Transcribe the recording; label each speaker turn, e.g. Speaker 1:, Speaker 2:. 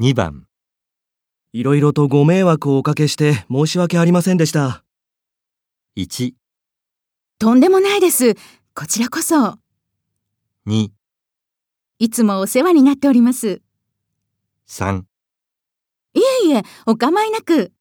Speaker 1: 2番、
Speaker 2: いろいろとご迷惑をおかけして申し訳ありませんでした。
Speaker 1: 1、
Speaker 3: とんでもないです。こちらこそ、
Speaker 1: 2、
Speaker 3: いつもお世話になっております。
Speaker 1: 3。
Speaker 3: いえいえ、お構いなく。